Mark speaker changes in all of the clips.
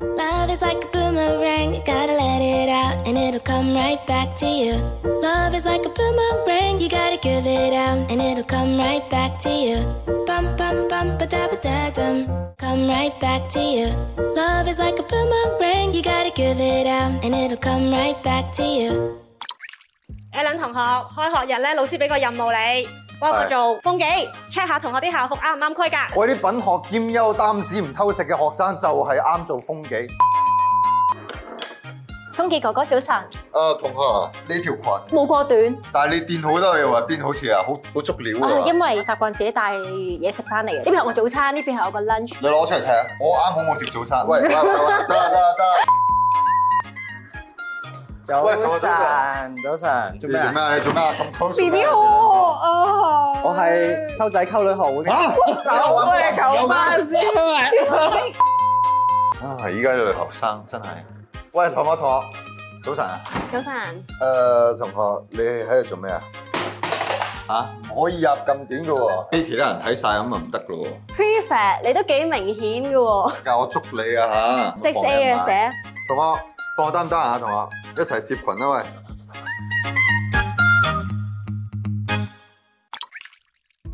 Speaker 1: Love is like a boomerang, you gotta let it out, and it'll come right back to you. Love is like a boomerang, you gotta give it out, and it'll come right back to you. Bum bum bum ba da ba da dum, come right back to you. Love is like a boomerang, you gotta give it out, and it'll come right back to you.
Speaker 2: Alan 同學，開學日咧，老師俾個任務你，幫我
Speaker 3: 係
Speaker 2: 做風紀，check 下同學啲校服啱唔啱規格。
Speaker 3: 我啲品學兼優、擔屎唔偷食嘅學生就係啱做風紀。
Speaker 4: 風紀哥哥早晨，
Speaker 3: 啊，同學啊，呢條裙，
Speaker 4: 冇過短，
Speaker 3: 但係你墊好多嘢話邊好似啊，好好足料
Speaker 4: 啊
Speaker 3: 啊。
Speaker 4: 因為習慣自己帶嘢食翻嚟嘅。呢邊係我早餐，呢邊係我個 lunch。
Speaker 3: 你攞出嚟睇下，我啱好冇食早餐。喂，喂喂喂得啦得啦得啦，
Speaker 5: 早
Speaker 3: 喂早
Speaker 5: 晨，早晨，
Speaker 3: 你
Speaker 5: 做咩
Speaker 3: 做
Speaker 5: 啊？
Speaker 3: 咩啊？你做咩啊？咁粗
Speaker 4: B B 好啊！
Speaker 5: 我係溝仔溝女學會嘅。
Speaker 3: 嚇！嗱，我揾
Speaker 4: 求翻先啊！
Speaker 3: 啊！依家啲女學生真係，喂，同學同學，早晨啊！
Speaker 4: 早晨，
Speaker 3: 誒、呃同學，你喺度做咩啊？嚇，唔可以入咁短嘅喎，俾其他人睇晒咁啊唔得嘅咯
Speaker 4: prefect 你都幾明顯嘅喎
Speaker 3: 喎。教我捉你啊嚇
Speaker 4: ，six A 啊。寫，
Speaker 3: 同學，放我得唔得啊？同學，一齊接群啊喂！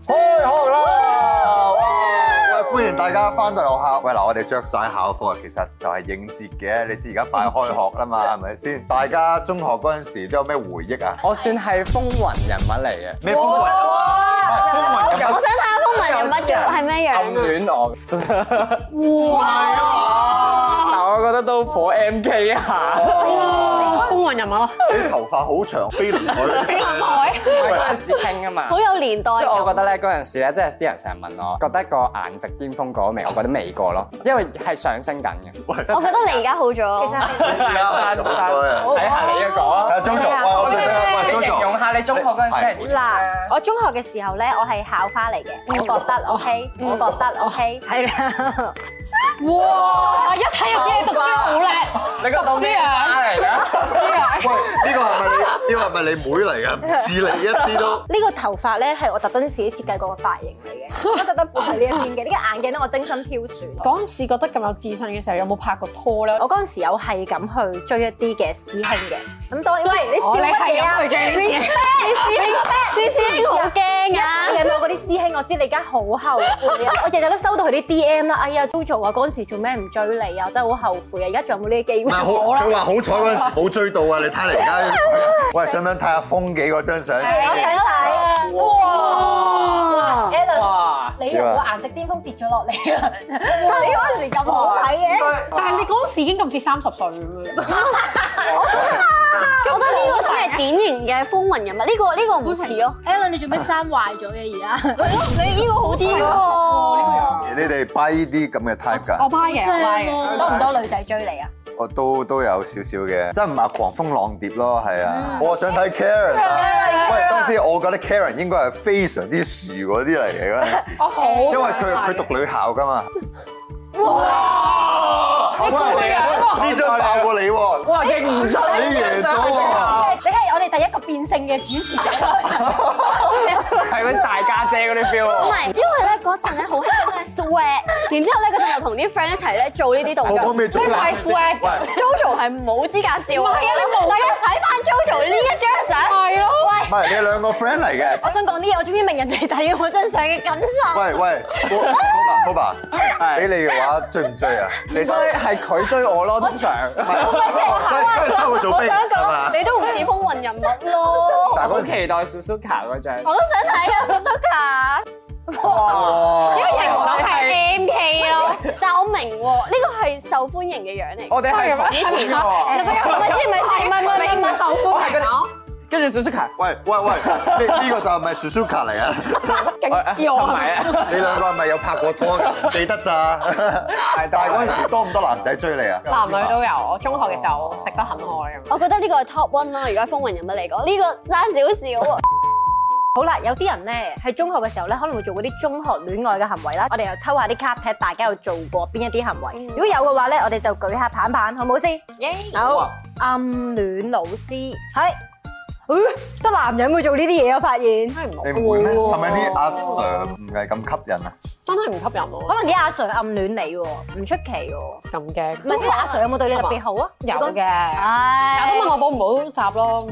Speaker 3: 開學啦！哇！喂，歡迎大家翻到嚟學校。喂，嗱，我哋着晒校服啊，其實就係應節嘅。你知而家快開學啦 嘛，係咪先？大家中學嗰陣時都有咩回憶啊？
Speaker 5: 我算係風雲人物嚟嘅，
Speaker 3: 咩風雲啊？風雲人物
Speaker 4: 我想睇下風雲人物嘅係咩
Speaker 5: 暗
Speaker 4: 樣
Speaker 5: 戀我。
Speaker 4: 啊！
Speaker 5: 但我覺得都頗 M K 一下。
Speaker 4: 哇！風雲人
Speaker 6: 啊
Speaker 4: 物，
Speaker 3: 啲頭髮好長，飛輪海。
Speaker 4: 啊
Speaker 5: 嗰陣時興啊嘛。
Speaker 4: 好有年代
Speaker 5: 所以我覺
Speaker 4: 感。
Speaker 5: 得咧嗰陣時咧，即係啲人成日問我，覺得個顏值巔峰過咗未？我覺得未過咯，因為係上升緊嘅。
Speaker 3: 喂，
Speaker 4: 我覺得你而家好咗。其實
Speaker 3: 而家好多啊！
Speaker 5: 睇下你一個啊
Speaker 3: 啊，，Jojo，喂，我最想喂
Speaker 5: 你形
Speaker 3: Jojo。
Speaker 5: 容啊下你中學嗰陣時係點
Speaker 4: 嗱，
Speaker 5: 咧？
Speaker 4: 我中學嘅時候咧，我係校花嚟嘅，我覺得 OK，我覺得 OK。
Speaker 6: 係啦。哇！一睇就知你讀書好叻，
Speaker 5: 你個讀書啊嚟㗎？
Speaker 6: 書啊！
Speaker 3: 喂，呢個係咪你？呢個係咪你妹嚟㗎？唔似你一啲 都。
Speaker 4: 呢個頭髮咧係我特登自己設計過嘅髮型嚟嘅，我特登配喺呢一邊嘅。呢個眼鏡咧我精心挑選。
Speaker 6: 嗰陣時覺得咁有自信嘅時候，有冇拍過拖咧？
Speaker 4: 我嗰陣時有係咁去追一啲嘅師兄嘅，咁當然喂你笑
Speaker 6: 哦你
Speaker 4: 乜嘢啊
Speaker 6: 係咁去追啲師兄
Speaker 4: Respect，respect，你師兄好驚啊！你我嗰啲師兄，我知你而家好後悔啊！我日日都收到佢啲 DM 啦，哎呀 Jojo 啊，嗰陣時做咩唔追你啊？真係好後悔啊！而家仲有冇呢啲機
Speaker 3: 唔
Speaker 4: 會
Speaker 3: 係？好，佢話好彩嗰陣時冇追到啊！你睇下你而家，喂，想唔想睇下風紀嗰張相先？
Speaker 4: 我想睇啊！哇！Alan，
Speaker 5: 哇！
Speaker 4: 你用個顏值巔峰跌咗落 嚟啊！你嗰陣時咁好睇嘅。
Speaker 6: 但係你嗰陣時已經咁似三十歲咁樣。
Speaker 4: 我覺得呢個先係典型嘅風雲人物，呢個呢個唔似咯。
Speaker 7: Alan，你做咩衫壞咗嘅而 家？
Speaker 4: 係咯，你呢個好啲 喎。
Speaker 3: 你哋掰呢啲咁嘅 type 㗎
Speaker 6: 我？巴嘅，我巴嘅。
Speaker 4: 多唔多女仔追你啊？
Speaker 3: 我都都有少少嘅，真係唔係狂風浪蝶咯，係啊！我想睇 Karen 啊！喂，當時我覺得 Karen 應該係非常之樹嗰啲嚟嘅嗰陣時，
Speaker 6: 我好。
Speaker 3: 因為佢佢讀女校㗎嘛。哇！呢張爆過你喎，
Speaker 5: 哇，勁唔錯啊，
Speaker 3: 你贏咗喎！
Speaker 4: 你係我哋第一個變性嘅主持者。
Speaker 5: 係嗰啲大家姐嗰啲 feel 啊
Speaker 4: 唔
Speaker 5: 喎。
Speaker 4: 係，因為咧嗰陣咧好興咧 swag，然之後咧嗰陣又同啲 friend 一齊咧做呢啲動
Speaker 3: 我
Speaker 4: 作
Speaker 3: 我。未做
Speaker 6: 你
Speaker 3: 過
Speaker 6: 快 swag 㗎
Speaker 4: Jojo 係冇資格笑。唔係啊，你冇。大家睇翻 Jojo 呢一張相。係咯。
Speaker 3: 唔
Speaker 4: 喂，
Speaker 3: 係你兩個 friend 嚟嘅。
Speaker 4: 我想講啲嘢，我終於明人哋睇我張相嘅感受。
Speaker 3: 喂喂，好吧好吧，
Speaker 5: 係
Speaker 3: 俾你嘅話追唔追啊？你
Speaker 5: 所以係佢追我咯，通常。
Speaker 3: 真係收佢做啊
Speaker 4: 啊我
Speaker 3: 兵
Speaker 4: 想
Speaker 3: 係嘛
Speaker 4: 講，？你都唔似風雲人物咯。
Speaker 3: 但係
Speaker 5: 好
Speaker 3: 嗰陣時
Speaker 5: 期待 Suzuka 嗰張。
Speaker 4: 我都想睇啊，Suzuka。
Speaker 3: 哇，
Speaker 4: 因為人
Speaker 5: 我
Speaker 4: 哋
Speaker 5: 覺得
Speaker 4: 係
Speaker 5: 係
Speaker 4: M K 咯，但我明喎，呢個係受歡迎嘅樣嚟。
Speaker 5: 我哋係
Speaker 4: 以前啊
Speaker 5: 同
Speaker 3: 哦
Speaker 4: 咪先
Speaker 5: 喎。
Speaker 4: 咪先咪先咪咪咪咪受
Speaker 5: 我
Speaker 4: 歡
Speaker 5: 係
Speaker 4: 迎
Speaker 5: 嗰啲
Speaker 4: 咯，
Speaker 5: 跟住 Suzuka，
Speaker 3: 喂喂喂，呢呢個就係咪 Suzuka 嚟啊？
Speaker 4: 勁似我係咪？
Speaker 5: 啊，
Speaker 3: 你兩個係咪有拍過拖㗎？記得咋？
Speaker 5: 哎但
Speaker 3: 但係嗰陣時多唔多男仔追你啊？
Speaker 6: 男女都有，我中學嘅時候食得很開咁。
Speaker 4: 我覺得呢個係 top one 啦，如果係風雲人物嚟講，呢個爭少少。好啦，有啲人咧喺中學嘅時候咧，可能會做嗰啲中學戀愛嘅行為啦。我哋又抽下啲卡 p 大家有做過邊一啲行為？如果有嘅話咧，我哋就舉下棒棒，好唔好先？好，暗戀老師係，咦得男人會做呢啲嘢，我發現。
Speaker 3: 你唔會咩？係咪啲阿 Sir 唔係咁吸引啊？
Speaker 8: 真係唔吸引我
Speaker 4: 可。能啲阿 Sir 暗戀你喎，唔出奇喎。唔
Speaker 8: 咁嘅，
Speaker 4: 係啲阿 Sir 有冇對你特別好啊？
Speaker 8: 有
Speaker 4: 你講
Speaker 8: 嘅，
Speaker 4: 唉，
Speaker 8: 成日都問我補唔補習咯。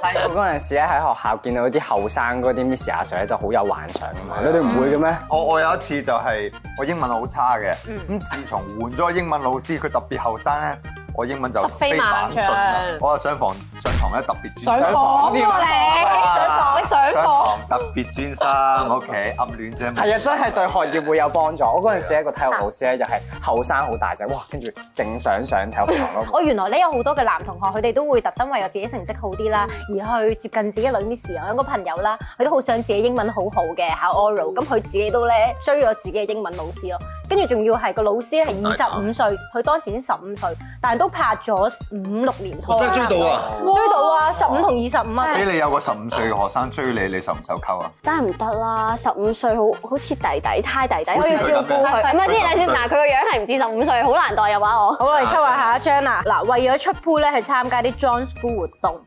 Speaker 5: 細個嗰陣時咧，喺學校見到啲後生嗰啲 Miss 阿 Sir 咧，就好有幻想啊噶嘛。你哋唔會嘅咩？
Speaker 3: 我我有一次就係我英文好差嘅，咁自從換咗英文老師，佢特別後生咧，我英文就
Speaker 8: 飛
Speaker 3: 飛
Speaker 8: 猛
Speaker 3: 猛進啦
Speaker 8: 進。
Speaker 3: 我上房上堂咧特別專
Speaker 8: 上
Speaker 3: 心，
Speaker 8: 房喎你，上房你上
Speaker 3: 上
Speaker 8: 房。
Speaker 3: 堂特別專心，OK，暗戀啫。
Speaker 5: 係啊，真係對學業會有幫助。我嗰陣時一個體育老師咧，又係後生好大隻，哇！跟住勁想上體育堂咯。
Speaker 4: 我哦原來咧有好多嘅男同學，佢哋都會特登為咗自己成績好啲啦，而去接近自己女 Miss 啊。我有個朋友啦，佢都好想自己英文好好嘅考 oral，咁佢自己都咧追咗自己嘅英文老師咯。跟住仲要係個老師係二十五歲，佢當時已經十五歲，但係都拍咗五六年拖
Speaker 3: 我
Speaker 4: 啦。
Speaker 3: 真係追到啊！
Speaker 4: 追到啊！十五同二十五啊！
Speaker 3: 俾你有個十五歲嘅學生追你，你受唔受溝啊？
Speaker 9: 梗係唔得啦！十五歲好好似弟弟，太弟弟，
Speaker 3: 好
Speaker 9: 我
Speaker 3: 似
Speaker 9: 要
Speaker 3: 佢
Speaker 9: 照顧
Speaker 3: 咁樣
Speaker 9: 佢。唔係先，
Speaker 3: 佢十
Speaker 9: 你先
Speaker 3: 五歲
Speaker 9: 嗱，佢個樣係唔似十五歲，好難代入啊我。
Speaker 4: 好，我哋抽下下一張啦。嗱，為咗出 pool 咧，去參加啲 John School 活動。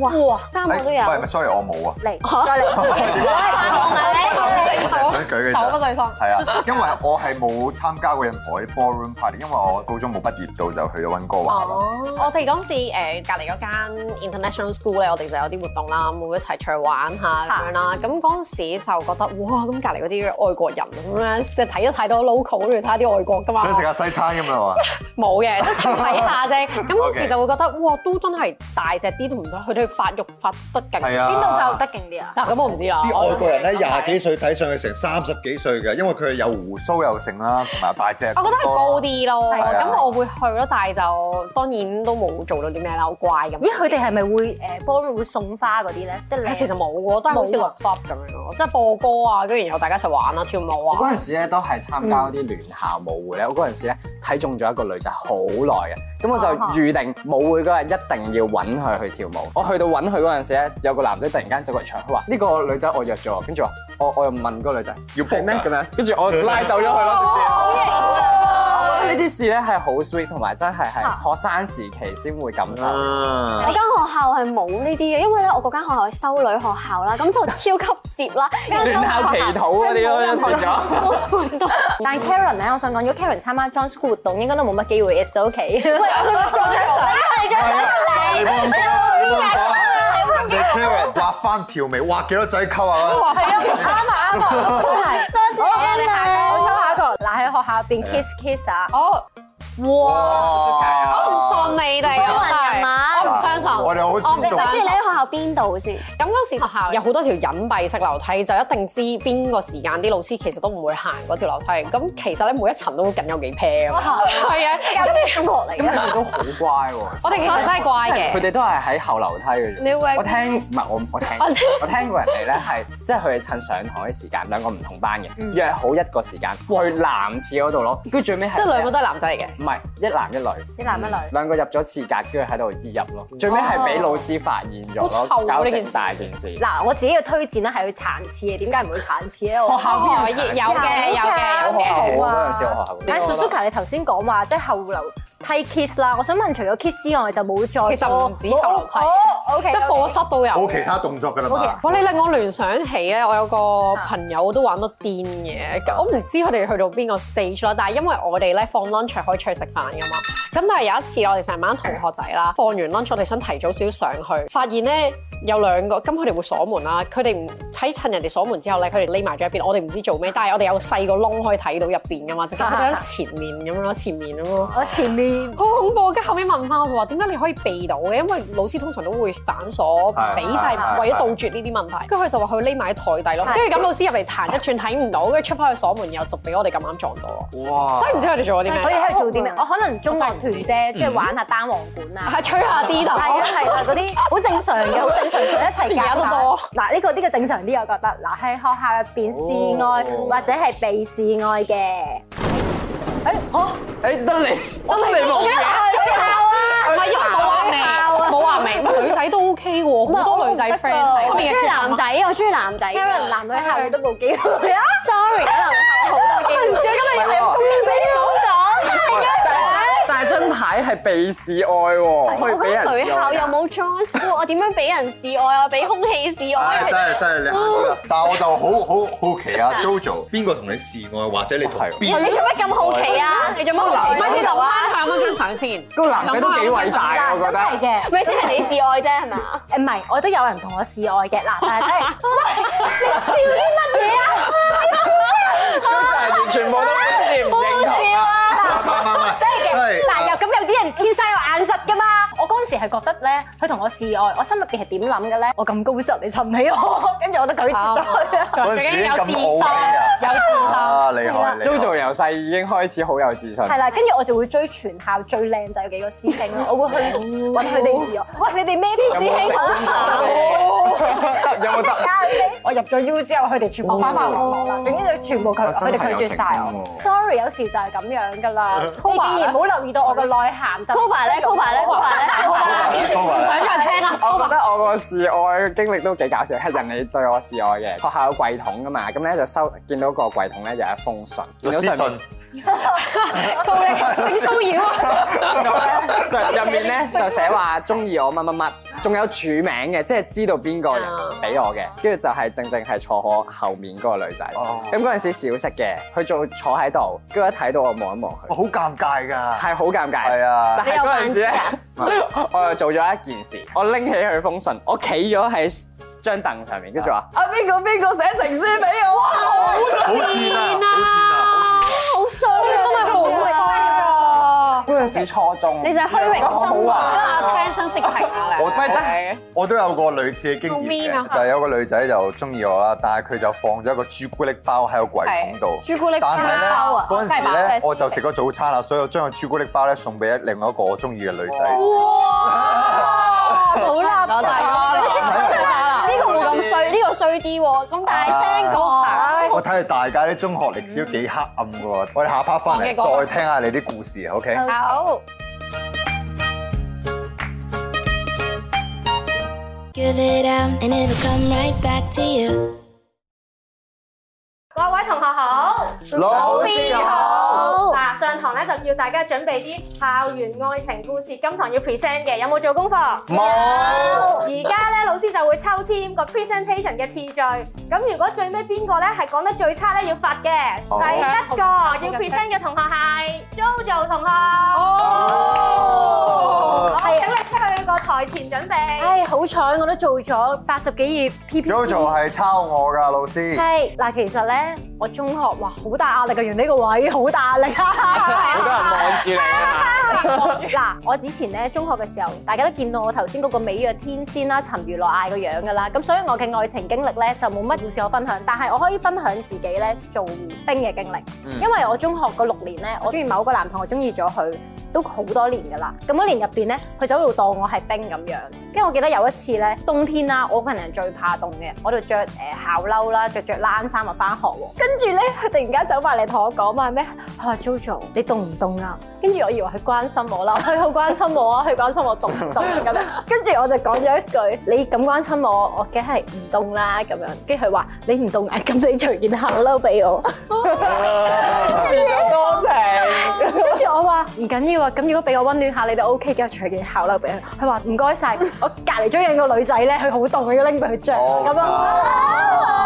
Speaker 9: 哇，三個都有。
Speaker 3: 喂，咪 sorry，我冇啊，
Speaker 4: 嚟，再嚟。
Speaker 3: 我淨係想舉嘅
Speaker 6: 抖
Speaker 3: 啫
Speaker 6: 得。對方。
Speaker 3: 係啊，因為我係冇參加過任何啲 ballroom party，因為我高中冇畢業到就去咗温哥華
Speaker 8: 哦
Speaker 3: 啦。
Speaker 8: 我哋嗰陣時誒隔離嗰間 international school 咧，我哋就有啲活動啦，咁會一齊出去玩下咁樣啦。咁嗰陣時就覺得哇，咁隔離嗰啲外國人咁樣，即係睇咗太多 local，跟住睇下啲外國噶嘛。
Speaker 3: 想食下西餐咁啊嘛，
Speaker 8: 冇嘅，都想睇下啫。咁嗰
Speaker 3: Okay
Speaker 8: 時就會覺得哇，都真係大隻啲都唔得，佢哋發育發得勁。
Speaker 3: 係啊。
Speaker 4: 邊度發育得勁啲啊？
Speaker 8: 嗱，咁我唔知啦。
Speaker 3: 啲外國人咧廿幾
Speaker 8: 幾，
Speaker 3: 歲睇上去成三十幾歲嘅，因為佢有胡鬚又成啦，同埋大隻。
Speaker 8: 我覺得係高啲咯。
Speaker 3: 係啊
Speaker 8: 咁我會去咯，但係就當然都冇做到啲咩啦，好乖咁。
Speaker 4: 咦，佢哋係咪會誒幫佢會送花嗰啲咧？即係你
Speaker 8: 其實冇喎，都係好似落 club 咁樣咯，即係播歌啊，跟住然後大家一齊玩啊、跳舞
Speaker 5: 我
Speaker 8: 啊。
Speaker 5: 嗰陣時咧都係參
Speaker 8: 嗯
Speaker 5: 加嗰啲聯校舞會咧，我嗰陣時咧睇中咗一個女仔好耐嘅，咁我就
Speaker 8: 啊
Speaker 5: 預定舞會嗰日一定要揾佢去跳舞。我去到揾佢嗰陣時咧，有個男仔突然間走過嚟唱，佢話呢個女仔我約咗喎，跟住話我我又問嗰個女仔
Speaker 3: 要
Speaker 5: 係咩
Speaker 3: 搏
Speaker 5: 咁樣，跟住 我拉走咗佢咯，直接。
Speaker 8: 哦
Speaker 5: 我覺得呢啲事咧係好 sweet，同埋真係
Speaker 8: 啊
Speaker 5: 係學生時期先會感受。
Speaker 3: 啊
Speaker 9: 我間學校係冇呢啲嘅，因為咧我嗰間學校係修女學校啦，咁就超級接啦。間修
Speaker 5: 聯
Speaker 9: 女
Speaker 5: 校祈
Speaker 9: 學
Speaker 5: 禱
Speaker 9: 校
Speaker 5: 嗰啲咯，變咗。
Speaker 4: 但 Karen 咧，我想講，如果 Karen 參加 John School 活動，應該都冇乜機會嘅，so OK。喂，我想講張相，你張相
Speaker 3: 你幫我講人哋 Karen 畫翻條眉，畫幾多仔溝啊？
Speaker 4: 好，我哋下個，我想下一個。嗱，喺學校入邊 kiss kiss 啊，
Speaker 3: 哇！
Speaker 8: 我唔信你哋，我
Speaker 9: 人
Speaker 8: 係
Speaker 9: 馬。
Speaker 8: 我唔相信。
Speaker 3: 我哋好尊
Speaker 9: 即
Speaker 3: 重
Speaker 9: 係你喺學校邊度先？
Speaker 8: 咁嗰時學校有好多條隱蔽式樓梯，就一定知邊個時間啲老師其實都唔會行嗰條樓梯。咁其實咧每一層都緊有幾 pair 咁樣。係啊，
Speaker 9: 中學嚟
Speaker 5: 咁
Speaker 9: 嘅。
Speaker 5: 佢 哋都好乖喎，
Speaker 8: 我哋其實真係乖
Speaker 5: 佢
Speaker 8: 嘅。
Speaker 5: 哋都係喺後樓梯嘅啫。
Speaker 8: 你會
Speaker 5: 我聽唔係我我聽我聽過人哋咧係即係佢哋趁上堂嘅時間，兩個唔同班嘅約好一個時間去男廁嗰度攞，跟住最尾係
Speaker 8: 即係兩個都係男仔嚟嘅。
Speaker 5: 唔係一男一女，
Speaker 4: 一男一女
Speaker 5: 兩個入咗廁格，跟住喺度入咯，最尾係俾老師發現咗
Speaker 8: 好
Speaker 5: 咯，
Speaker 8: 臭啊
Speaker 5: 搞
Speaker 8: 呢
Speaker 5: 成
Speaker 8: 件事
Speaker 5: 大件事。
Speaker 4: 嗱，我自己嘅推薦咧係去殘廁嘅，點解唔去殘廁咧？我
Speaker 5: 學校邊
Speaker 8: 哦有嘅有嘅
Speaker 5: 我
Speaker 8: 有
Speaker 5: 學校好嗰陣時，
Speaker 8: 嘅。
Speaker 5: 我學校好
Speaker 4: 但係哎 Suzuka，你頭先講話即係後樓梯 kiss 啦，我想問除咗 kiss 之外就冇再
Speaker 8: 其實唔止後樓梯
Speaker 4: 冇哦，OK，
Speaker 8: 即係課室都有。
Speaker 3: 冇其他動作㗎啦嘛。
Speaker 8: 哇！你令我聯想起咧，我有個朋友都玩得癲嘅，我唔知佢哋去到邊個 stage 啦。但係因為我哋咧放 lunch 可以出去食飯噶嘛，咁但係有一次我哋成班同學仔啦，放完 lunch 我哋想提早少少上去，發現咧有兩個，咁佢哋會鎖門啦，佢哋唔睇趁人哋鎖門之後咧，佢哋匿埋咗一邊，我哋唔知做咩，但係我哋有個細個窿可以睇到入邊噶嘛，就佢哋喺前面咁樣咯，前面咁咯。
Speaker 4: 我前面。
Speaker 8: 好恐怖！跟住後尾問翻我就話點解你可以避到嘅？因為老師通常都會反鎖
Speaker 3: 係
Speaker 8: 俾
Speaker 3: 係係
Speaker 8: 制，為咗杜絕呢啲問題。跟住佢就話佢匿埋喺台底咯。跟住咁老師入嚟彈一轉睇唔到，跟住出翻去鎖門，然後就俾我哋咁啱撞到咯。
Speaker 3: 哇！
Speaker 8: 真係唔知啊佢哋做咗啲
Speaker 4: 我哋
Speaker 8: 咩？
Speaker 4: 喺度做啲咩？我可能中樂團啫，即係玩下單簧管啊。
Speaker 8: 嗯係吹下啲頭。
Speaker 4: 係啊係啊，嗰啲好正常 嘅，好正常嘅一齊
Speaker 8: 而家都
Speaker 4: 搞
Speaker 8: 多
Speaker 4: 嗱呢個呢個正常啲，我覺得。嗱喺學校入邊示
Speaker 5: 哦
Speaker 4: 愛或者係被示愛嘅。
Speaker 8: 哎
Speaker 5: 誒哎得你得你冇嘅，
Speaker 8: 唔係因為冇話未，冇話未。乜女仔都 OK 喎，好多女仔 friend 嚟。
Speaker 9: 我中意男仔，我中意男仔。
Speaker 4: Karen 男女校你都冇機會啊！
Speaker 9: sorry，男校好多機會。
Speaker 5: 唔係喎
Speaker 9: 唔好講。
Speaker 5: 但係但係張牌係被示愛喎，
Speaker 9: 我
Speaker 5: 去俾
Speaker 9: 覺
Speaker 5: 人
Speaker 9: 得女
Speaker 5: 示愛
Speaker 9: 校又冇 join school，我點樣俾人示愛啊？俾空氣示愛
Speaker 3: 唉，
Speaker 9: 係
Speaker 3: 真係真係你行到啦！但係我就好好好奇啊，JoJo 邊個同你示愛，或者你同
Speaker 5: 係
Speaker 3: 邊個
Speaker 9: 你做乜咁好奇啊？你做乜好奇
Speaker 8: 唔係你
Speaker 9: 呢
Speaker 8: 諗
Speaker 9: 度啊
Speaker 8: 翻？下嗰張相先，
Speaker 5: 嗰個男仔都幾偉大啊，我覺
Speaker 4: 真係
Speaker 5: 得。
Speaker 4: 嘅，
Speaker 9: 咪先 係你示愛啫，係嘛？
Speaker 4: 誒唔係，我都有人同我示愛嘅，嗱，但係真係，喂，你笑啲乜嘢啊？
Speaker 5: 係完全冇得分辨唔認
Speaker 3: 唔
Speaker 5: 同。
Speaker 3: 係唔係唔係，真係
Speaker 4: 嗱，又咁有啲人天生有眼疾噶嘛，我嗰陣時係覺得咧，佢同我示愛，我心入邊係點諗嘅咧？我咁高質，你 襯唔起我，跟住我就拒絕咗佢啊。
Speaker 3: 嗰
Speaker 8: 最
Speaker 3: 陣時已經
Speaker 8: 緊要有自信，有
Speaker 3: 咁好嘅啊
Speaker 8: 自信。
Speaker 3: 啊厲害厲害
Speaker 5: JoJo 由細已經開始好有自信。
Speaker 4: 係啦，跟住我就會追全校最靚仔嗰幾個師兄 咯，我會去揾佢哋示愛。喂，你哋咩
Speaker 5: 有
Speaker 4: P
Speaker 5: 冇
Speaker 4: 師兄好
Speaker 5: 食有冇得？
Speaker 4: 我入咗 U 之後，佢哋全部翻返落網啦。總之就全部拒，
Speaker 5: 哦真係
Speaker 4: 佢哋拒絕晒
Speaker 5: 有誠
Speaker 4: 我
Speaker 5: 喎。
Speaker 4: Sorry，有時就係咁樣噶啦。你既
Speaker 8: Koba
Speaker 4: 然冇留意到我嘅內涵，就
Speaker 9: Koba 咧，Koba 咧，Koba 咧，
Speaker 3: 高啊
Speaker 8: 想再聽啦，
Speaker 5: 我覺得我個示愛經歷都幾搞笑，係人哋對我示愛嘅。
Speaker 3: 嗯
Speaker 5: 學校有櫃桶噶嘛，咁咧就收見到個櫃桶咧有一封信，見到
Speaker 3: 律師
Speaker 5: 上面
Speaker 3: 信。
Speaker 8: 告你性騷擾啊！
Speaker 5: 就入面咧就寫話中意我乜乜乜，仲有署名嘅，即係知道邊個人俾我嘅，跟住就係正正係坐我後面嗰個女仔。
Speaker 3: 哦
Speaker 5: 咁嗰陣時小息嘅，佢仲坐喺度，跟住一睇到我望一望
Speaker 3: 我
Speaker 5: 佢，
Speaker 3: 好尷尬㗎。
Speaker 5: 係好尷尬。
Speaker 3: 係啊
Speaker 5: 但。係嗰陣時咧， 我又做咗一件事，我拎起佢封信，我企咗喺張凳上面，跟住話：啊邊個邊個寫情書俾我啊！
Speaker 3: 好賤啊！好賤啊！
Speaker 9: 好衰啊！
Speaker 8: 真係好衰啊！
Speaker 5: 嗰陣時初中，
Speaker 9: 你就係虛
Speaker 5: 好
Speaker 9: 榮
Speaker 5: 好
Speaker 9: 心
Speaker 5: 玩
Speaker 9: 啊！
Speaker 8: attention 食評啊你，
Speaker 3: 我我
Speaker 5: 喂但
Speaker 3: 我都有個類似嘅經
Speaker 8: 好 mean
Speaker 3: 驗
Speaker 8: 啊
Speaker 3: 嘅，就係有個女仔就中意我啦，但係佢就放咗一個朱古力包喺個櫃桶度。
Speaker 9: 朱古力包
Speaker 3: 但係咧
Speaker 9: 啊！
Speaker 3: 嗰陣時
Speaker 9: 真係麻
Speaker 3: 咧
Speaker 9: 煩，
Speaker 3: 我就食咗早餐啦，所以我將個朱古力包咧送俾另外一個我中意嘅女
Speaker 9: 哦
Speaker 3: 仔。
Speaker 9: 好啦，
Speaker 8: 有大家啦，
Speaker 9: 呢個冇咁衰，呢個衰啲喎。咁大聲講下，
Speaker 3: 我睇嚟大家啲中學歷史都幾黑暗嘅喎，我哋下 part 翻嚟再聽下你啲故事啊，OK？
Speaker 9: 嗯好。
Speaker 1: Give it up and it'll come right back to you.
Speaker 2: 各位同學好，
Speaker 3: 老師
Speaker 2: 好。嗱，上堂咧就要大家準備啲校園愛情故事，今堂要 present 嘅，有冇做功課？
Speaker 3: 冇
Speaker 2: 而家咧老師就會抽籤個 presentation 嘅次序，咁如果最尾邊個咧係講得最差咧要罰嘅。
Speaker 3: 好
Speaker 2: 第一個要 present 嘅同學係 JoJo 同學，
Speaker 3: 哦
Speaker 2: 好
Speaker 9: 啊
Speaker 2: 請你出去個台前準備。
Speaker 4: 唉，哎好彩我都做咗八十幾頁 PPT。
Speaker 3: ，JoJo 係抄我㗎，老師。
Speaker 4: 係哎嗱，其實咧，我中學哇好大壓力啊嘅，原呢個位好大壓力
Speaker 5: 好多人
Speaker 4: 啊！
Speaker 5: 望住你啊！
Speaker 4: 嗱，我之前咧中學嘅時候，大家都見到我頭先嗰個美若天仙啊啦、沉魚落雁個樣噶啦，咁所以我嘅愛情經歷咧就冇乜故事可分享，但係我可以分享自己咧做兵嘅經歷，因為我中學嗰六年咧，我中意某個男朋友，中意咗佢。都好多年噶啦，咁嗰年入邊咧，佢就喺度當我係兵咁樣。跟住我記得有一次咧，冬天啦，我份人最怕凍嘅，我就着誒校褸啦，着着冷衫啊翻學喎。跟住咧，佢突然間走埋嚟同我講話咩？佢話 JoJo，你凍唔凍啊？跟住我以為佢關心我啦， 佢好關心我啊，佢關心我凍唔 凍啊咁樣。跟住我就講咗一句：你咁關心我，我梗係唔凍啦咁樣。跟住佢話：你唔凍啊誒，咁你隨件校褸俾我。
Speaker 5: 多謝。
Speaker 4: 跟住我話唔緊要啊，咁如果俾我温暖下你都 OK 嘅，隨件校褸俾佢。佢話唔該晒，我隔離咗有個女仔咧，佢好凍，我要拎俾佢着。
Speaker 3: 哦
Speaker 4: 咁樣。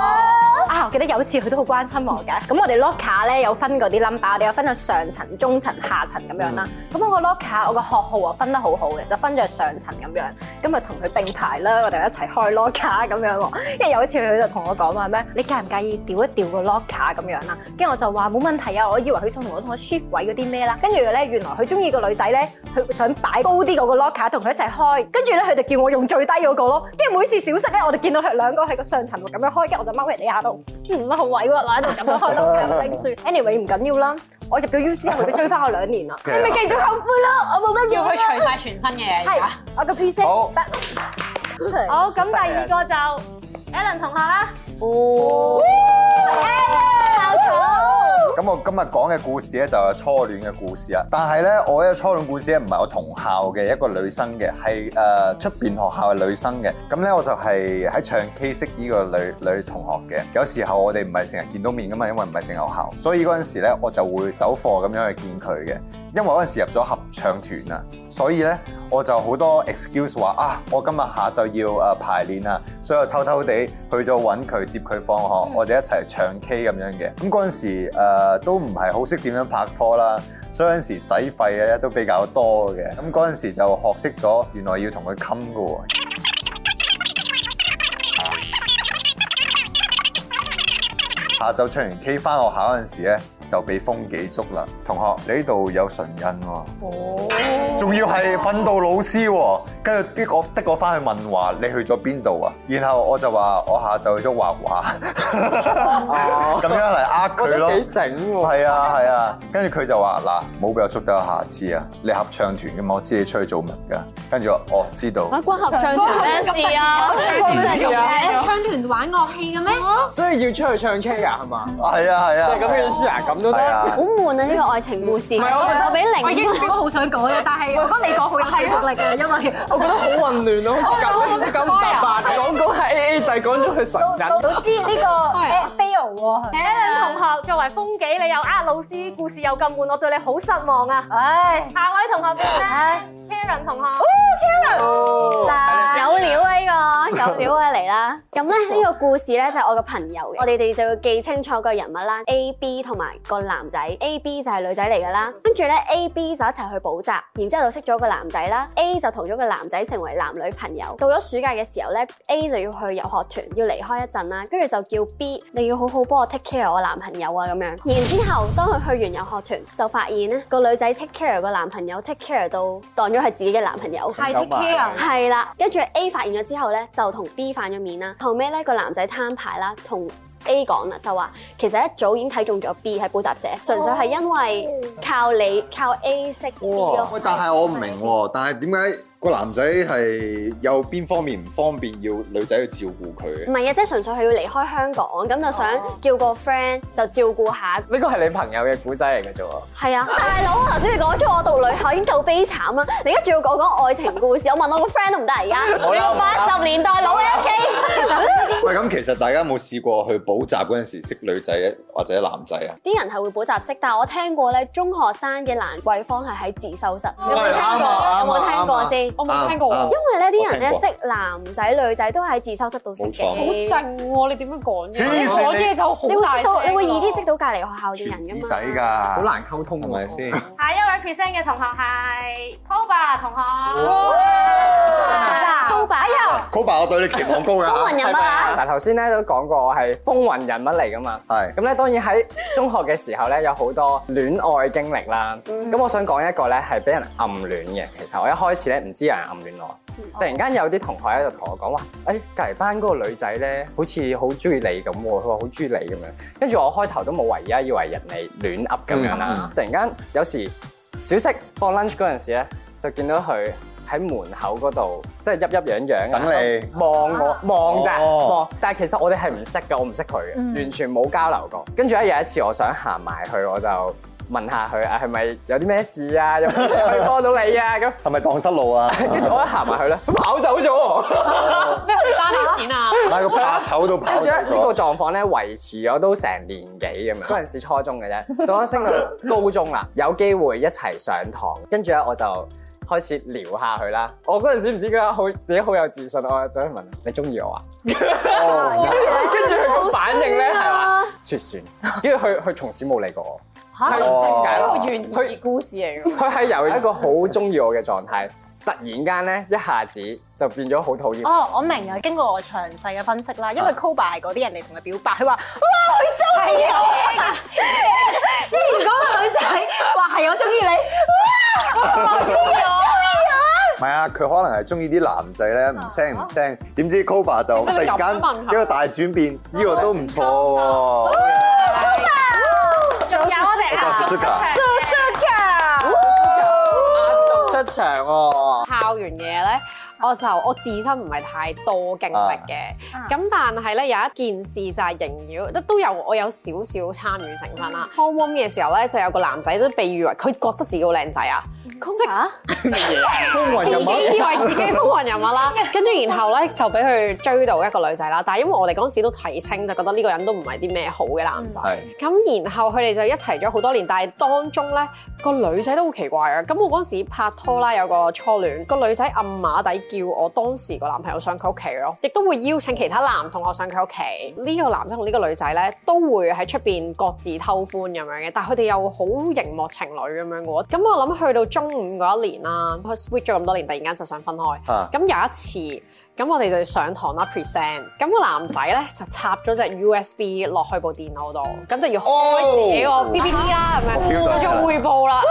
Speaker 4: 啊！我記得有一次佢都好關心我嘅，咁我哋 locker 咧有分嗰啲 number，我哋有分咗上層、中層、下層咁樣啦。咁我個 locker 我個學號啊分得好好嘅，就分咗上層咁樣，咁咪同佢並排啦，我哋一齊開 locker 咁樣喎。跟住有一次佢就同我講話咩？你介唔介意調一調個 locker 咁樣啦？跟住我就話冇問題啊，我以為佢想同我同我 shift 位嗰啲咩啦。跟住咧，原來佢中意個女仔咧，佢想擺高啲嗰個 locker 同佢一齊開。跟住咧，佢就叫我用最低嗰個咯。跟住每次小息咧，我哋見到佢兩個喺個上層度咁樣開，跟住我就踎喺地下度，嗯，好委屈啦，喺度咁樣開 locker 冰雪。anyway 唔緊要啦，我入咗 U 之後，佢都追翻我兩年啦。你咪繼續後悔啦，我冇乜嘢
Speaker 8: 要
Speaker 4: 啦。
Speaker 8: 佢除晒全身嘅嘢而
Speaker 4: 係
Speaker 8: 家。
Speaker 4: 我個 P C
Speaker 3: 好
Speaker 4: 得。
Speaker 2: 好，咁第二個就 Alan 同學啦。
Speaker 9: 校草，
Speaker 3: 咁我今日講嘅故事咧就係初戀嘅故事啦。啊但係咧，我嘅初戀故事咧唔係我同校嘅一個女生嘅，係誒出邊學校嘅女生嘅。咁咧我就係喺唱 K 識呢個女女同學嘅。有時候我哋唔係成日見到面噶嘛，因為唔係成日學校，所以嗰陣時咧我就會走課咁樣去見佢嘅。因為嗰陣時入咗合唱團啊，所以咧我就好多 excuse 話啊，我今日下晝要誒排練啊，所以我偷偷地去咗揾佢接佢放學，我哋一齊唱 K 咁樣嘅。咁嗰陣時誒都唔係好識點樣拍拖啦。所以嗰陣時使費嘅咧都比較多嘅，咁嗰陣時就學識咗原來要同佢冚嘅喎。下晝唱完 K 翻學校嗰陣時咧，就被風紀捉啦。同學，你呢度有唇印喎、仲要係訓導老師喎。跟住的我的我翻去問話，你去咗邊度啊？然後我就話我下晝去咗畫 畫，咁樣嚟呃佢咯。
Speaker 5: 幾醒喎，
Speaker 3: 係啊係啊，跟住佢就話嗱，冇俾我捉到下次啊！你合唱團嘅嘛，我知你出去做乜㗎。跟住我哦知道，
Speaker 9: 啊關合唱團咩事啊？
Speaker 5: 係啊，
Speaker 7: 唱團玩樂器嘅咩？
Speaker 5: 所以要出去唱 K 啊，係嘛？
Speaker 3: 係啊係啊，
Speaker 5: 係咁嘅意思啊，咁都
Speaker 3: 係啊
Speaker 5: 得。
Speaker 9: 好悶啊！呢個愛情故事，
Speaker 5: 唔係我
Speaker 4: Ờ,
Speaker 5: 覺得
Speaker 9: 我俾零
Speaker 7: 我已經我好想講嘅，但係我覺得你講好有說服力嘅，因為
Speaker 5: 我覺得好混亂啊，好似搞到咁白白講講係 A A 制，講咗佢純人。
Speaker 4: 老師呢個誒 fail 喎，係
Speaker 2: ，Alan 同學作為風紀，你又呃老師，故事又咁悶，我對你好失望啊！
Speaker 4: 唉
Speaker 2: 下位同學邊個咧
Speaker 4: 唉，
Speaker 2: ？Karen 同學，
Speaker 5: 哦
Speaker 9: 有料啊！呢個有料啊嚟啦！ 咁咧呢個故事咧就係我個朋友嘅，我哋哋就要記清楚個人物啦，A、B 同埋個男仔，A、B 就係女仔嚟㗎啦。跟住咧 A、B 就一齊去補習，然之後就識咗個男仔啦。A 就同咗個男仔成為男女朋友。到咗暑假嘅時候咧，A 就要去遊學團，要離開一陣啦，跟住就叫 B 你要好好幫我 take care 我男朋友啊咁樣。然之後當佢去完遊學團，就發現咧個女仔 take care 個男朋友 take care 到當咗係自己嘅男朋友。
Speaker 7: 係 take care。
Speaker 9: 係啦，跟住 A 發現咗之後咧，就同 B 反咗面啦。後尾咧個男仔攤牌啦，同 A 講啦，就話其實一早已經睇中咗 B 喺補習社，純粹係因為靠你靠 A 識 B
Speaker 3: 哇！
Speaker 9: 咯
Speaker 3: 喂，。但係我唔明喎，但係點解個男仔係有邊方面唔方便要女仔去照顧佢
Speaker 9: 唔 係啊，即係純粹係要離開香港，咁就
Speaker 3: 啊
Speaker 9: 想叫個 friend 就照顧下。
Speaker 5: 呢個係你朋友嘅古仔嚟嘅啫喎。
Speaker 9: 係啊，大佬，我頭先你講咗我讀女校已經夠悲慘啦，你而家仲要我講愛情故事，我問我個 friend 都唔得啊而家。
Speaker 5: 好啦
Speaker 9: 你個八十年代老 M K。
Speaker 3: 喂，咁其實大家有冇試過去補習嗰陣時識女仔或者男仔啊？
Speaker 9: 啲人係會補習式，但係我聽過咧，中學生嘅蘭桂坊係喺自修室，有冇
Speaker 3: 係
Speaker 9: 聽過？
Speaker 3: 啱啊
Speaker 9: 有冇聽過先？
Speaker 8: 我冇聽過喎
Speaker 3: 啱啱
Speaker 9: 因為咧啲人
Speaker 3: 我
Speaker 9: 咧
Speaker 3: 聽過
Speaker 9: 識男仔女仔都喺自修室度識
Speaker 3: 冇錯
Speaker 8: 好
Speaker 9: 嘅，
Speaker 8: 靜喎！你點樣講
Speaker 3: 黐線
Speaker 8: 啫？你講啲嘢就好
Speaker 9: 你會
Speaker 8: 大
Speaker 9: 識到，
Speaker 8: 聲
Speaker 9: 你會易啲
Speaker 8: 喎
Speaker 9: 識到隔離學校嘅
Speaker 3: 全
Speaker 9: 人
Speaker 3: 子
Speaker 9: 㗎
Speaker 3: 仔
Speaker 9: 嘛。
Speaker 3: 㗎，
Speaker 5: 好難溝通
Speaker 3: 係咪先？
Speaker 2: 下一位 present 嘅同學係 Koba 同學。
Speaker 9: 哇高把油，
Speaker 3: 高爸，我對你期望高
Speaker 9: 高
Speaker 3: 㗎
Speaker 9: 雲，人物啊！
Speaker 5: 嗱，頭先咧都講過我係風雲人物嚟噶嘛。
Speaker 3: 係
Speaker 5: 咁咧當然喺中學嘅時候咧有好多戀愛經歷啦。咁我想講一個咧係俾人暗戀嘅。其實我一開始咧唔知有人暗戀我，突然間有啲同學喺度同我講話，誒隔離班嗰個女仔咧好似好中意你咁喎，佢話好中意你咁樣。跟住我開頭都冇懷疑啊，以為人哋亂噏咁樣啦。突然間有時小息放 lunch 嗰陣時咧，就見到佢喺門口嗰度即係鬱鬱攘攘啊
Speaker 3: 等你
Speaker 5: 望我望咋
Speaker 3: 哦
Speaker 5: 望，但係其實我哋係唔識嘅，我唔識佢嘅，完全冇交流過。跟住咧有一次，我想行埋去，我就問下佢啊，係咪有啲咩事啊？ 有冇嘢可以幫到你啊？咁
Speaker 3: 係咪蕩失路啊？
Speaker 5: 跟住我一行埋去咧，佢跑走咗 喎。
Speaker 8: 咩？我爭你錢啊！
Speaker 3: 但係個怕醜到跑哦
Speaker 5: 跟住咧
Speaker 3: 咗
Speaker 5: 呢個
Speaker 3: 個。
Speaker 5: 狀況咧維持咗都成年幾咁樣，嗰陣時初中嘅啫，到咗升到高中啦，有機會一齊上堂，跟住咧我就。開始聊下佢啦，我嗰陣時唔知點解好自己好有自信，我就去問你中意我啊？
Speaker 3: 哦
Speaker 5: 跟住佢個反應咧係話絕算，跟住佢佢從此冇理過我。
Speaker 8: 嚇，
Speaker 5: 係
Speaker 8: 呢個懸疑故事嚟㗎。
Speaker 5: 佢係由一個好中意我嘅狀態，突然間咧一下子就變咗好討厭。
Speaker 4: Ờ,
Speaker 6: 哦，我明啊，經過我詳細嘅分析啦，因為 Kobe 係嗰啲人哋同佢表白，佢話哇佢中意我啊，之前嗰個女仔話係我中意你，
Speaker 3: 唔係啊，佢可能係中意啲男仔咧，唔聲唔聲，點知 Koba 就突
Speaker 8: 你
Speaker 3: 然
Speaker 8: 咁
Speaker 3: 間
Speaker 8: 問
Speaker 3: 一個大轉變，呢個都唔錯喎。
Speaker 8: 啊
Speaker 2: 仲有我哋
Speaker 3: 多謝
Speaker 2: 啊
Speaker 3: Suka
Speaker 5: 啊出場喎，
Speaker 8: 校園嘢咧，我就我自身唔係太多經
Speaker 3: 啊
Speaker 8: 歷嘅，咁但係咧有一件事就係縈繞，都都有我有少少參與成分啦。Form One 嘅時候咧，就有個男仔都被譽為佢覺得自己好靚仔啊，
Speaker 3: 風雲
Speaker 8: 自
Speaker 3: 人
Speaker 8: 己以
Speaker 3: 物。
Speaker 8: 為自己風雲人物啦，跟住然後咧就俾佢追到一個女仔啦，但係因為我哋嗰陣時都睇清，就覺得呢個人都唔係啲咩好嘅男仔。
Speaker 3: 係
Speaker 8: 咁然後佢哋就一齊咗好多年，但係當中咧個女仔都好奇怪嘅。咁我嗰陣時拍拖啦，有個初戀，個女仔暗馬底叫我當時個男朋友上佢屋企咯，亦都會邀請其他男同學上佢屋企。呢、個男生同呢個女仔咧都會喺出邊各自偷歡咁樣嘅，但係佢哋又好熒幕情侶咁樣嘅喎。咁我諗去到中五嗰一年啦，佢 switch 咗咁多年，突然間就想分開。
Speaker 3: 啊
Speaker 8: 咁有一次，咁我哋就上堂啦 present，咁個男仔咧就插咗隻 USB 落去部電腦度，咁就要
Speaker 6: 哦
Speaker 8: 開自己個
Speaker 3: 哦
Speaker 8: PPT 啦，咁樣
Speaker 3: Computer
Speaker 8: 佢就匯報啦，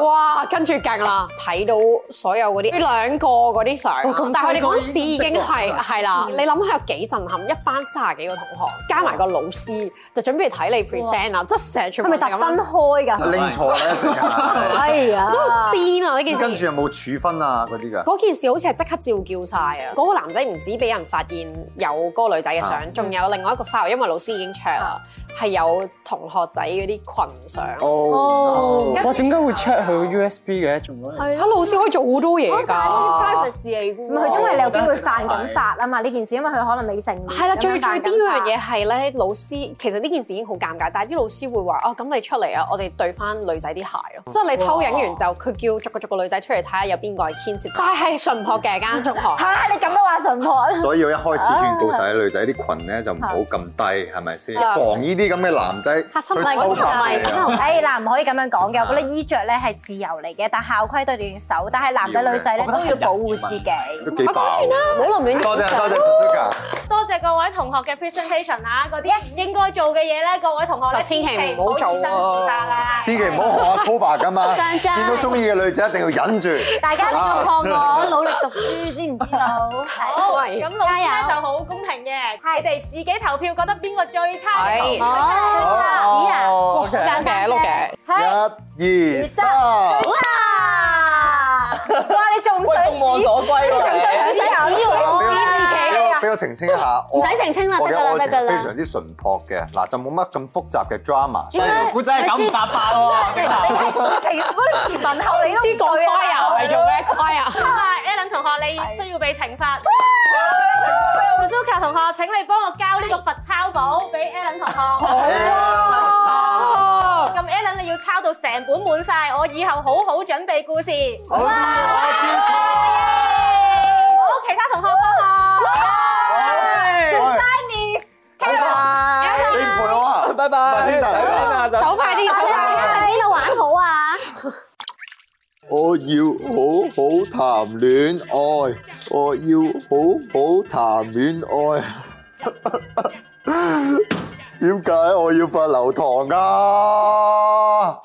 Speaker 8: 哇，跟住勁啦，睇到所有嗰啲佢兩個嗰啲相
Speaker 6: 哇
Speaker 8: 啦
Speaker 6: 咁，
Speaker 8: 但係佢哋嗰陣時
Speaker 6: 細
Speaker 8: 已
Speaker 6: 個已經
Speaker 8: 經
Speaker 6: 識
Speaker 8: 係係啦，
Speaker 6: 嗯
Speaker 8: 你諗下有幾震撼，一班三十幾個同學加埋個老師就準備睇你 present 啊啦，即係成日全部
Speaker 6: 係咪特
Speaker 8: 人咁樣
Speaker 6: 登開㗎？
Speaker 3: 拎錯咧一定係，
Speaker 6: 哎呀，
Speaker 8: 癲啊呢 件事！
Speaker 3: 跟住有冇處分啊嗰啲㗎？
Speaker 8: 嗰件事好似係即刻照叫晒啊！嗰、個男仔唔止俾人發現有嗰個女仔嘅
Speaker 3: 啊
Speaker 8: 相，仲、有另外一個 file，因為老師已經 check 啦，係有同學仔嗰啲群相。
Speaker 3: 哦
Speaker 8: 跟，
Speaker 5: 哇，點解會 check 佢個 USB 嘅？仲有
Speaker 8: 嚇、老師可以做好多嘢㗎。
Speaker 9: privacy 嚟㗎
Speaker 6: 唔係，因為你有機會犯緊法啊嘛！呢件事，因為佢可能未成年。
Speaker 8: 係啦，最最
Speaker 6: 咁樣
Speaker 8: 癲嗰樣
Speaker 6: 犯緊
Speaker 8: 嘢係咧，老師其實呢件事已經好尷尬，但係啲老師會話：哦，咁你出嚟啊，我哋對翻女仔啲鞋咯，即係你偷影完就佢叫逐個逐個女仔出嚟睇下有邊個係牽涉，但係係純樸嘅間中學。
Speaker 6: 法。嚇！你咁樣話純樸，
Speaker 3: 所以我一開始勸告晒啲女仔啲裙咧就唔好
Speaker 9: 啊
Speaker 3: 咁低，係咪先？
Speaker 8: 啊
Speaker 3: 防呢啲咁嘅男仔
Speaker 8: 嚇親
Speaker 3: 去偷
Speaker 8: 我
Speaker 3: 拍
Speaker 8: 係
Speaker 3: 你啊！
Speaker 6: 誒嗱，唔可以咁樣講嘅。我覺得衣着咧係自由嚟嘅，但校規對你要守。但係男仔女仔咧都要保護自己。
Speaker 3: 都幾爆。啊
Speaker 8: 唔好亂亂
Speaker 3: 多謝啊多謝 Suzuka，
Speaker 2: 多謝各位同學嘅 presentation 啦，嗰啲唔應該做嘅嘢咧，各位同學咧
Speaker 8: 就千祈唔好做
Speaker 2: 自生自殺啦。
Speaker 3: 千祈唔好學阿 Koba 咁啊！
Speaker 9: 張張
Speaker 3: 見到中意嘅女仔一定要忍住。
Speaker 9: 大家
Speaker 3: 啊
Speaker 9: 要學我努力讀書，知唔知道？
Speaker 2: 好，
Speaker 8: 喂
Speaker 2: 咁老師
Speaker 9: 加
Speaker 2: 咧
Speaker 9: 油
Speaker 2: 就好公平嘅，你哋自己投票覺得邊個最差嘅同學
Speaker 8: 係
Speaker 9: 哦，子啊，
Speaker 5: 哦，OK
Speaker 9: 簡
Speaker 8: 嘅
Speaker 9: 單
Speaker 8: 碌
Speaker 9: 啫
Speaker 8: 嘅。
Speaker 9: 係
Speaker 3: 一、二、三。
Speaker 9: 啊哇！哇！你仲
Speaker 5: 喂，眾望所歸喎
Speaker 9: 唔使咬我啊！
Speaker 3: 俾我俾我澄清一下，我
Speaker 9: 唔使澄清啦
Speaker 3: 我嘅
Speaker 9: 得㗎啦
Speaker 3: 愛情
Speaker 9: 得㗎啦
Speaker 3: 係
Speaker 9: 啊
Speaker 3: 非常之純樸嘅，嗱就冇乜咁複雜嘅 drama，所以
Speaker 5: 你。估真係九唔搭八喎。
Speaker 9: 即係你成嗰啲前文後理都啊
Speaker 8: 呢個 choir 係做咩 choir？
Speaker 2: 好啊，Alan 同學，你需要被懲罰。Suzuka 同學，請你幫我交呢個罰抄簿俾 Alan 同學。咁 Alan 你要抄到成本滿晒，我以後好好準備故事。
Speaker 3: 好啊啦，我知
Speaker 2: 好，其他同學放學。
Speaker 3: 錯。啊喂拜拜，你唔陪我啊？
Speaker 5: 拜拜，
Speaker 3: 拜拜
Speaker 8: 走快啲， 走快啲！
Speaker 9: 去邊度玩好啊？
Speaker 3: 我要好好談戀愛，我要好好談戀 愛。點解我要罰留堂啊？